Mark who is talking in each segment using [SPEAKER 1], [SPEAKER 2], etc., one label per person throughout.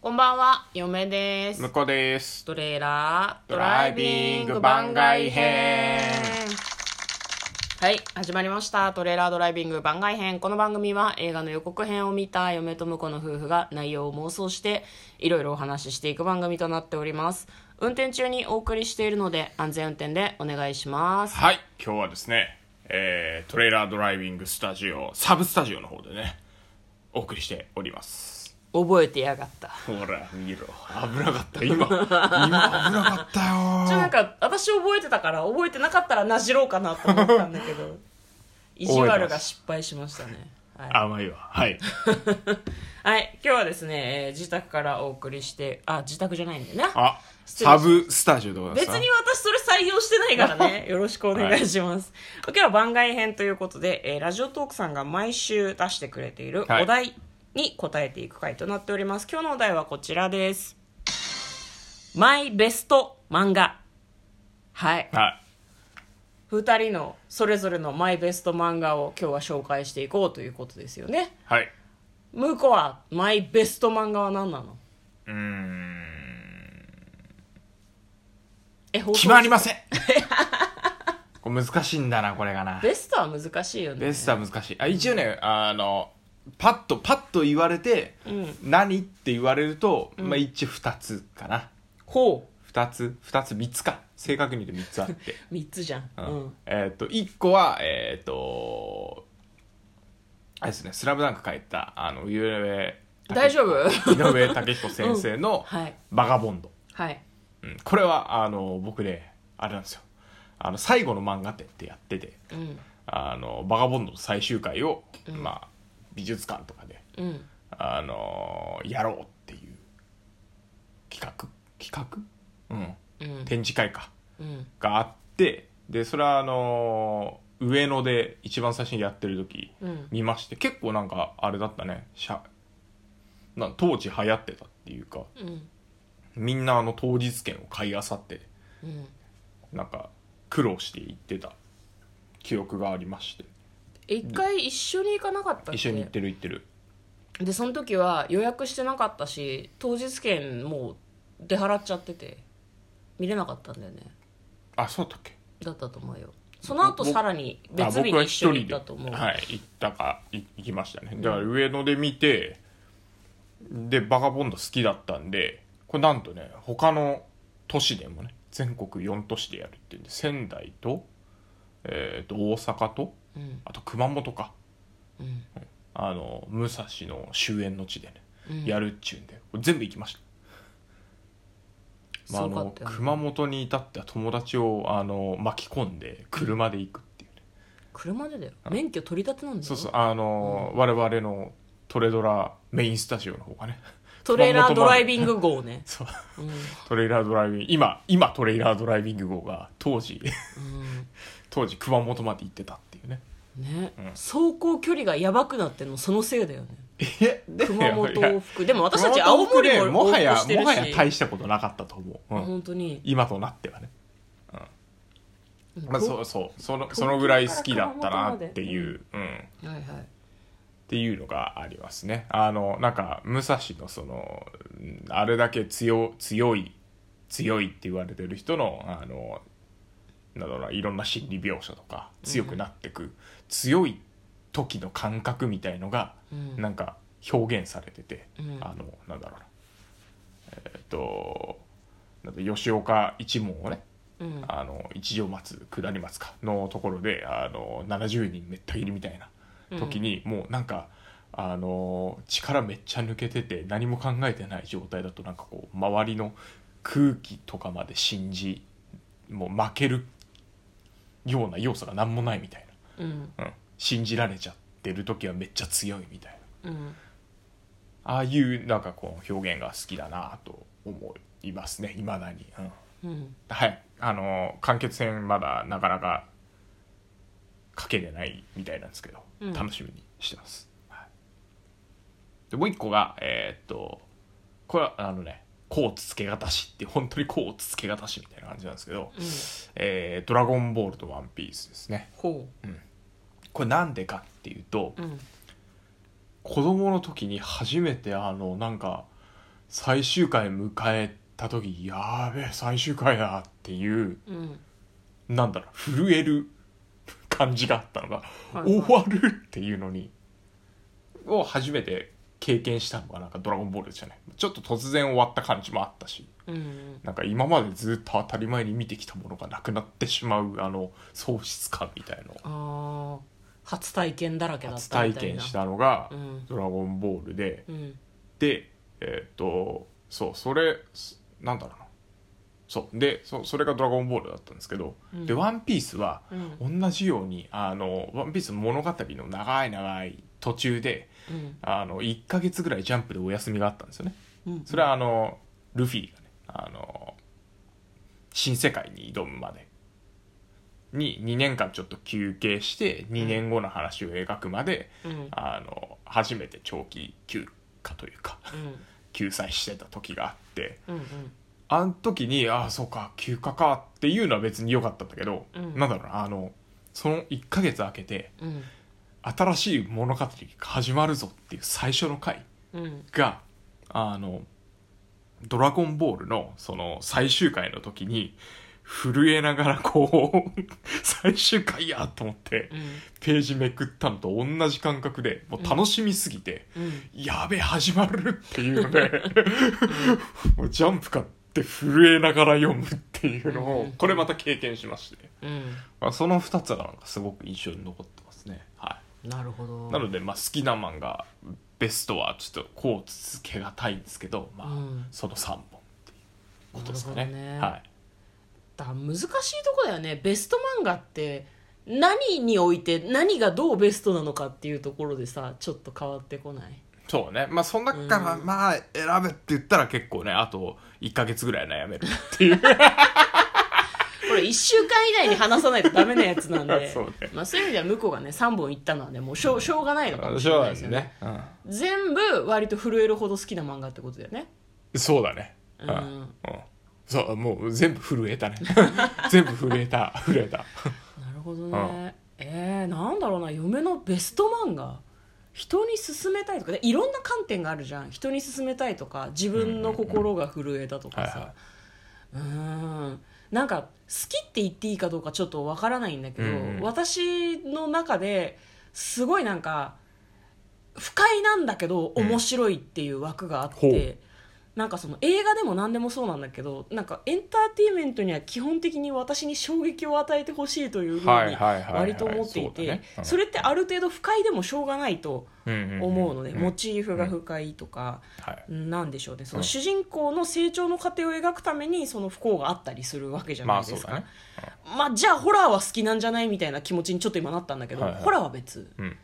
[SPEAKER 1] こんばんは、嫁です。
[SPEAKER 2] 向こうです
[SPEAKER 1] トレーラード
[SPEAKER 2] ドライビング番外編
[SPEAKER 1] はい始まりましたトレーラードライビング番外編この番組は映画の予告編を見た嫁と婿の夫婦が内容を妄想していろいろお話ししていく番組となっております運転中にお送りしているので安全運転でお願いします
[SPEAKER 2] はい今日はですね、えー、トレーラードライビングスタジオサブスタジオの方でねお送りしております
[SPEAKER 1] 覚えてやがった
[SPEAKER 2] ほら見ろ危なかった今今危なかったよ
[SPEAKER 1] ちょなんか私覚えてたから覚えてなかったらなじろうかなと思ったんだけ ど意地悪が失敗しましたねはい
[SPEAKER 2] 甘いわはい
[SPEAKER 1] はい、今日はですね、えー自宅からお送りして、あ、自宅じゃないんだよな。
[SPEAKER 2] あ
[SPEAKER 1] 失礼しま
[SPEAKER 2] サ
[SPEAKER 1] した
[SPEAKER 2] ブスタジオでございます
[SPEAKER 1] 別に私それ採用してないから ね。よろしくお願いします。今日は番外編ということで、えーラジオトークさんが毎週出してくれているお
[SPEAKER 2] はい
[SPEAKER 1] 題に答えていく回となっております。今日のお題はこちらです。マイベスト漫画。はい。
[SPEAKER 2] は
[SPEAKER 1] 二人のそれぞれのマイベスト漫画を今日は紹介していこうということですよね。
[SPEAKER 2] いはい
[SPEAKER 1] 向こうはマイベスト漫画は何なの
[SPEAKER 2] うーん
[SPEAKER 1] え、放送
[SPEAKER 2] 決まりませんこれ難しいんだなこれがな
[SPEAKER 1] ベストは難しいよね
[SPEAKER 2] ベストは難しいあ一応ねあのパッとパッと言われて、何って言われると、まあ一応2つかな
[SPEAKER 1] ほ
[SPEAKER 2] 2つ2つ3つか正確に言うと3つあって、
[SPEAKER 1] う3つじゃん、う
[SPEAKER 2] うんんえーっと1個はえーっとあれですね「スラムダンク書いたあの井上
[SPEAKER 1] 大丈夫
[SPEAKER 2] 井上武彦先生の
[SPEAKER 1] はい
[SPEAKER 2] 「バガボンド」
[SPEAKER 1] はい
[SPEAKER 2] うんこれはあの僕ねあれなんですよあの最後の漫画展ってやってて
[SPEAKER 1] うん
[SPEAKER 2] あのバガボンドの最終回を、まあ、美術館とかで、
[SPEAKER 1] うん
[SPEAKER 2] あのーやろうっていう企画企画、うん、
[SPEAKER 1] うん
[SPEAKER 2] 展示会か
[SPEAKER 1] うん
[SPEAKER 2] があってでそれはあのー上野で一番最初にやってる時、
[SPEAKER 1] うん
[SPEAKER 2] 見まして結構なんかあれだったねしゃなん当時流行ってたっていうか
[SPEAKER 1] うん
[SPEAKER 2] みんなあの当日券を買い漁って
[SPEAKER 1] うん
[SPEAKER 2] なんか苦労して行ってた記憶がありまして
[SPEAKER 1] 一回一緒に行かなかったっけ
[SPEAKER 2] 一緒に行ってる行ってる
[SPEAKER 1] でその時は予約してなかったし当日券もう出払っちゃってて見れなかったんだよね
[SPEAKER 2] あそうだったっけ
[SPEAKER 1] だったと思うよその後
[SPEAKER 2] 僕
[SPEAKER 1] さらに
[SPEAKER 2] あ
[SPEAKER 1] 別日
[SPEAKER 2] 僕は
[SPEAKER 1] に一
[SPEAKER 2] 一
[SPEAKER 1] 緒に
[SPEAKER 2] 人
[SPEAKER 1] 行
[SPEAKER 2] で
[SPEAKER 1] ったと思う、
[SPEAKER 2] はい行ったかい行きましたねだから上野で見て、でバガボンド好きだったんでこれなんとね他の都市でもね全国4都市でやるっていうんで仙台と,、えーと大阪と
[SPEAKER 1] うん
[SPEAKER 2] あと熊本か
[SPEAKER 1] うん
[SPEAKER 2] あの武蔵の終焉の地でね、
[SPEAKER 1] うん
[SPEAKER 2] やるっちゅうんでこれ全部行きました、まあ、あ
[SPEAKER 1] すごか
[SPEAKER 2] の
[SPEAKER 1] ったよね
[SPEAKER 2] 熊本に至っては友達をあの巻き込んで車で行くっていうね
[SPEAKER 1] 車でだよ免許取り立てなんだよ
[SPEAKER 2] そうそう、あのー我々のトレドラメインスタジオの方がね。、
[SPEAKER 1] トレーラードライビング号ね
[SPEAKER 2] そう。
[SPEAKER 1] うん
[SPEAKER 2] トレーラードライビング、今、今トレーラードライビング号が当時、
[SPEAKER 1] うん
[SPEAKER 2] 当時熊本まで行ってたっていうね。
[SPEAKER 1] ね、
[SPEAKER 2] ん
[SPEAKER 1] 走行距離がやばくなってんのそのせいだよね
[SPEAKER 2] え、で
[SPEAKER 1] 熊本
[SPEAKER 2] いや
[SPEAKER 1] 往復でも私たち青森
[SPEAKER 2] 熊本
[SPEAKER 1] も
[SPEAKER 2] ねも
[SPEAKER 1] 往
[SPEAKER 2] は
[SPEAKER 1] 復
[SPEAKER 2] や、
[SPEAKER 1] してるし
[SPEAKER 2] もはや大したことなかったと思う。うん。
[SPEAKER 1] 本当に
[SPEAKER 2] 今となってはね。まあ、
[SPEAKER 1] は
[SPEAKER 2] そうそう。その、そのぐらい好きだったなっていう、うん。
[SPEAKER 1] いはい
[SPEAKER 2] っていうのがありますね。あの、なんか、武蔵のその、うんあれだけ強、強い、強いって言われてる人の、あの、なんだろうな、いろんな心理描写とか、強くなってく、強い時の感覚みたいのが、
[SPEAKER 1] うん
[SPEAKER 2] なんか、表現されてて、
[SPEAKER 1] うん
[SPEAKER 2] あの、なんだろうな、えーっと、なんだ吉岡一門をね、
[SPEAKER 1] うん
[SPEAKER 2] あの一条松下り松かのところであの70人めった切りみたいな時に、もうなんかあの力めっちゃ抜けてて何も考えてない状態だとなんかこう周りの空気とかまで信じもう負けるような要素が何もないみたい
[SPEAKER 1] うん
[SPEAKER 2] な、うん、信じられちゃってる時はめっちゃ強いみたいな
[SPEAKER 1] うん
[SPEAKER 2] ああいうなんかこう表現が好きだなと思いますねいまだに。うん
[SPEAKER 1] うん
[SPEAKER 2] はい、あの完結編まだなかなか書けてないみたいなんですけど、
[SPEAKER 1] うん
[SPEAKER 2] 楽しみにしてます、はい、でもう一個がえーっとこれはあのね「甲つけがたし」って本当に甲つけがたしみたいな感じなんですけど「
[SPEAKER 1] うん
[SPEAKER 2] えードラゴンボール」と「ワンピース」ですね
[SPEAKER 1] ほ
[SPEAKER 2] これなんでかっていうと、
[SPEAKER 1] ううん
[SPEAKER 2] 子供の時に初めてあのなんか最終回迎えた時やーべえ最終回だっていう
[SPEAKER 1] うん
[SPEAKER 2] なんだろう震える感じがあったのが、
[SPEAKER 1] はいはい
[SPEAKER 2] 終わるっていうのにを初めて経験したのがなんか「ドラゴンボール」じゃないちょっと突然終わった感じもあったし
[SPEAKER 1] うん
[SPEAKER 2] なんか今までずっと当たり前に見てきたものがなくなってしまうあの喪失感みたいの
[SPEAKER 1] あ
[SPEAKER 2] を
[SPEAKER 1] ー初体験だらけだっ
[SPEAKER 2] 初
[SPEAKER 1] たみ
[SPEAKER 2] 体
[SPEAKER 1] たい
[SPEAKER 2] 験
[SPEAKER 1] な
[SPEAKER 2] したのが
[SPEAKER 1] うん
[SPEAKER 2] 「ドラゴンボールで」
[SPEAKER 1] うん
[SPEAKER 2] でえーっとそうそれすなんだろうなそうでそそれが「ドラゴンボール」だったんですけど、
[SPEAKER 1] うん
[SPEAKER 2] で「ワンピースは
[SPEAKER 1] うん
[SPEAKER 2] 同じように「あのワンピース物語の長い長い途中で
[SPEAKER 1] うん
[SPEAKER 2] あの1ヶ月ぐらいジャンプでお休みがあったんですよね
[SPEAKER 1] うん
[SPEAKER 2] それはあのルフィがねあの新世界に挑むまでに2年間ちょっと休憩して2年後の話を描くまで、
[SPEAKER 1] うんうん
[SPEAKER 2] あの初めて長期休暇というか救済してた時があって
[SPEAKER 1] うん
[SPEAKER 2] あの時にああそうか休暇かっていうのは別に良かったんだけど、
[SPEAKER 1] うん
[SPEAKER 2] なんだろうなあのその1ヶ月空けて
[SPEAKER 1] うん
[SPEAKER 2] 新しい物語が始まるぞっていう最初の回
[SPEAKER 1] うん
[SPEAKER 2] があの「ドラゴンボールの」その最終回の時に震えながらこう最終回やと思って
[SPEAKER 1] うん
[SPEAKER 2] ページめくったのと同じ感覚でもう楽しみすぎて
[SPEAKER 1] うん
[SPEAKER 2] 「やべえ始まる」っていうのでもうジャンプ買って震えながら読むっていうの
[SPEAKER 1] う
[SPEAKER 2] を
[SPEAKER 1] ん
[SPEAKER 2] これまた経験しまして、
[SPEAKER 1] うん
[SPEAKER 2] まあ、その2つがなんかすごく印象に残ってますねはい。
[SPEAKER 1] なるほど
[SPEAKER 2] なので、まあ、好きな漫画ベストはちょっとこう続けがたいんですけど、まあ
[SPEAKER 1] うん
[SPEAKER 2] その3本っていうことですかね
[SPEAKER 1] なるほどね
[SPEAKER 2] はい、
[SPEAKER 1] だから難しいとこだよねベスト漫画って何において何がどうベストなのかっていうところでさちょっと変わってこない
[SPEAKER 2] そうねまあその中から、
[SPEAKER 1] うん
[SPEAKER 2] まあ選べって言ったら結構ねあと1か月ぐらい悩めるって いう
[SPEAKER 1] これ1週間以内に話さないとダメなやつなんで
[SPEAKER 2] そうね
[SPEAKER 1] ま あ、そういう意味では向こうがね3本いったのはねもうしょうしょうがないのかもし
[SPEAKER 2] 私
[SPEAKER 1] れ
[SPEAKER 2] は
[SPEAKER 1] ない
[SPEAKER 2] で
[SPEAKER 1] ですす
[SPEAKER 2] ね
[SPEAKER 1] よね全部割と震えるほど好きな漫画ってことだよね
[SPEAKER 2] うん、そうだね
[SPEAKER 1] う
[SPEAKER 2] うんん、うんそうもう全部震えた ね全部震えた震えた
[SPEAKER 1] なるほど
[SPEAKER 2] うん
[SPEAKER 1] ねえー、なんだろうな嫁のベスト漫画人に勧めたいとかでいろんな観点があるじゃん人に勧めたいとか自分の心が震えたとかさうーんなんか好きって言っていいかどうかちょっとわからないんだけど、
[SPEAKER 2] うんうん
[SPEAKER 1] 私の中ですごいなんか不快なんだけど面白いっていう枠があって、
[SPEAKER 2] ほう
[SPEAKER 1] なんかその映画でも何でもそうなんだけどなんかエンターテインメントには基本的に私に衝撃を与えてほしいというふうに
[SPEAKER 2] はいはいはいはい
[SPEAKER 1] 割と思ってい
[SPEAKER 2] そうだ
[SPEAKER 1] て
[SPEAKER 2] ねうん
[SPEAKER 1] それってある程度不快でもしょうがないと思うので、
[SPEAKER 2] ん
[SPEAKER 1] モチーフが不快とか、
[SPEAKER 2] はい
[SPEAKER 1] なんでしょうねその
[SPEAKER 2] うん
[SPEAKER 1] 主人公の成長の過程を描くためにその不幸があったりするわけじゃ
[SPEAKER 2] ま
[SPEAKER 1] な
[SPEAKER 2] あ
[SPEAKER 1] いで
[SPEAKER 2] そう
[SPEAKER 1] すか、
[SPEAKER 2] だね
[SPEAKER 1] まあ、じゃあホラーは好きなんじゃないみたいな気持ちにちょっと今なったんだけど、
[SPEAKER 2] はいはい
[SPEAKER 1] ホラーは別
[SPEAKER 2] うん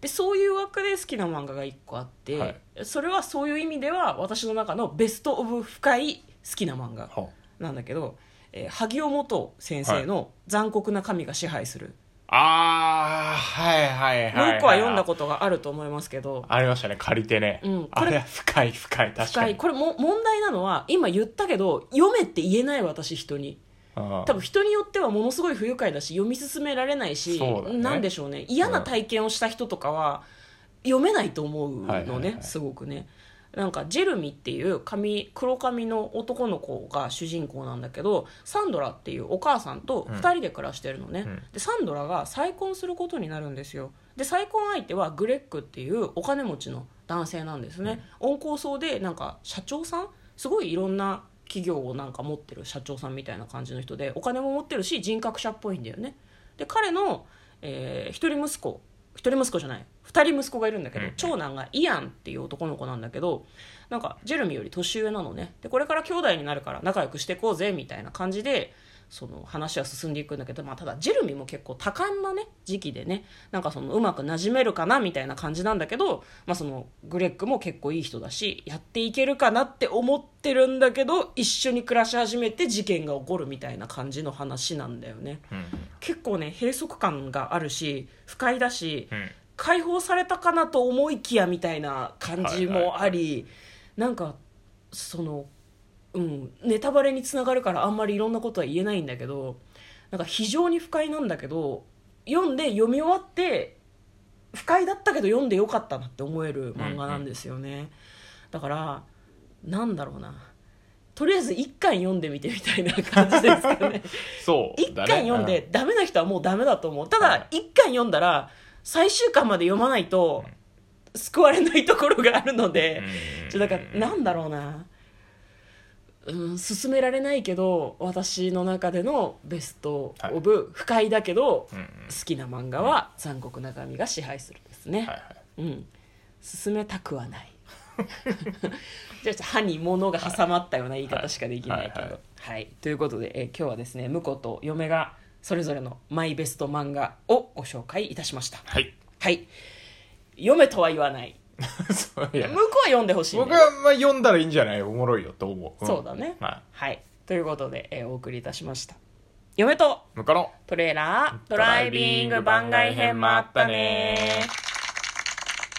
[SPEAKER 1] でそういう枠で好きな漫画が1個あって、
[SPEAKER 2] はい
[SPEAKER 1] それはそういう意味では私の中のベスト・オブ深い好きな漫画
[SPEAKER 2] ほう
[SPEAKER 1] なんだけど、えー萩尾元先生の「残酷な神が支配する」
[SPEAKER 2] ああはいはいはい、はい、
[SPEAKER 1] もう1個は読んだことがあると思いますけど
[SPEAKER 2] ありましたね借りてね、
[SPEAKER 1] うんこ
[SPEAKER 2] あ
[SPEAKER 1] れ
[SPEAKER 2] れは深い深い確か
[SPEAKER 1] 深
[SPEAKER 2] に
[SPEAKER 1] いこれも問題なのは今言ったけど読めって言えない私人に。
[SPEAKER 2] うん
[SPEAKER 1] 多分人によってはものすごい不愉快だし読み進められないし、
[SPEAKER 2] そうだね
[SPEAKER 1] なんでしょうね嫌な体験をした人とかは読めないと思うのね、
[SPEAKER 2] はいはいはい
[SPEAKER 1] すごくねなんかジェルミっていう髪黒髪の男の子が主人公なんだけどサンドラっていうお母さんと2人で暮らしてるのね、
[SPEAKER 2] うん
[SPEAKER 1] でサンドラが再婚することになるんですよで再婚相手はグレッグっていうお金持ちの男性なんですね、温厚そうでなんか社長さんすごいいろんな企業をなんか持ってる社長さんみたいな感じの人でお金も持ってるし人格者っぽいんだよねで彼の、えー一人息子一人息子じゃない二人息子がいるんだけど、
[SPEAKER 2] うん
[SPEAKER 1] 長男がイアンっていう男の子なんだけどなんかジェルミより年上なのねでこれから兄弟になるから仲良くしてこうぜみたいな感じでその話は進んでいくんだけど、まあ、ただジェルミも結構多感なね時期でねなんかそのうまくなじめるかなみたいな感じなんだけど、まあ、そのグレッグも結構いい人だしやっていけるかなって思ってるんだけど一緒に暮らし始めて事件が起こるみたいな感じの話なんだよね
[SPEAKER 2] うん
[SPEAKER 1] 結構ね閉塞感があるし不快だし
[SPEAKER 2] うん
[SPEAKER 1] 解放されたかなと思いきやみたいな感じもあり、なんかそのうんネタバレにつながるからあんまりいろんなことは言えないんだけどなんか非常に不快なんだけど読んで読み終わって不快だったけど読んでよかったなって思える漫画なんですよね、だからなんだろうなとりあえず1巻読んでみてみたいな感じですかね
[SPEAKER 2] そう
[SPEAKER 1] 1巻読ん
[SPEAKER 2] う
[SPEAKER 1] でダメな人はもうダメだと思うた
[SPEAKER 2] は
[SPEAKER 1] だ
[SPEAKER 2] い
[SPEAKER 1] 1巻読んだら最終巻まで読まないと救われないところがあるので、
[SPEAKER 2] うん
[SPEAKER 1] ちょだからなんだろうなうん勧められないけど私の中でのベスト・オブ不快だけど、
[SPEAKER 2] うんうん
[SPEAKER 1] 好きな漫画は「残酷な神が支配する」ですね、
[SPEAKER 2] はいはい
[SPEAKER 1] うん勧めたくはない じゃあ歯に物が挟まったような言い方しかできないけど
[SPEAKER 2] はい
[SPEAKER 1] は
[SPEAKER 2] はい
[SPEAKER 1] い、ということで、えー今日はですね婿と嫁がそれぞれのマイベスト漫画をご紹介いたしました
[SPEAKER 2] はい
[SPEAKER 1] はい嫁とは言わない
[SPEAKER 2] そういや
[SPEAKER 1] 婿は読んでほしいね、
[SPEAKER 2] 僕はまあ読んだらいいんじゃないおもろいよと思う、ん
[SPEAKER 1] そうだね
[SPEAKER 2] は
[SPEAKER 1] はいということで、えーお送りいたしました嫁と
[SPEAKER 2] い向かの
[SPEAKER 1] トレーラードライビング番外編もあったねー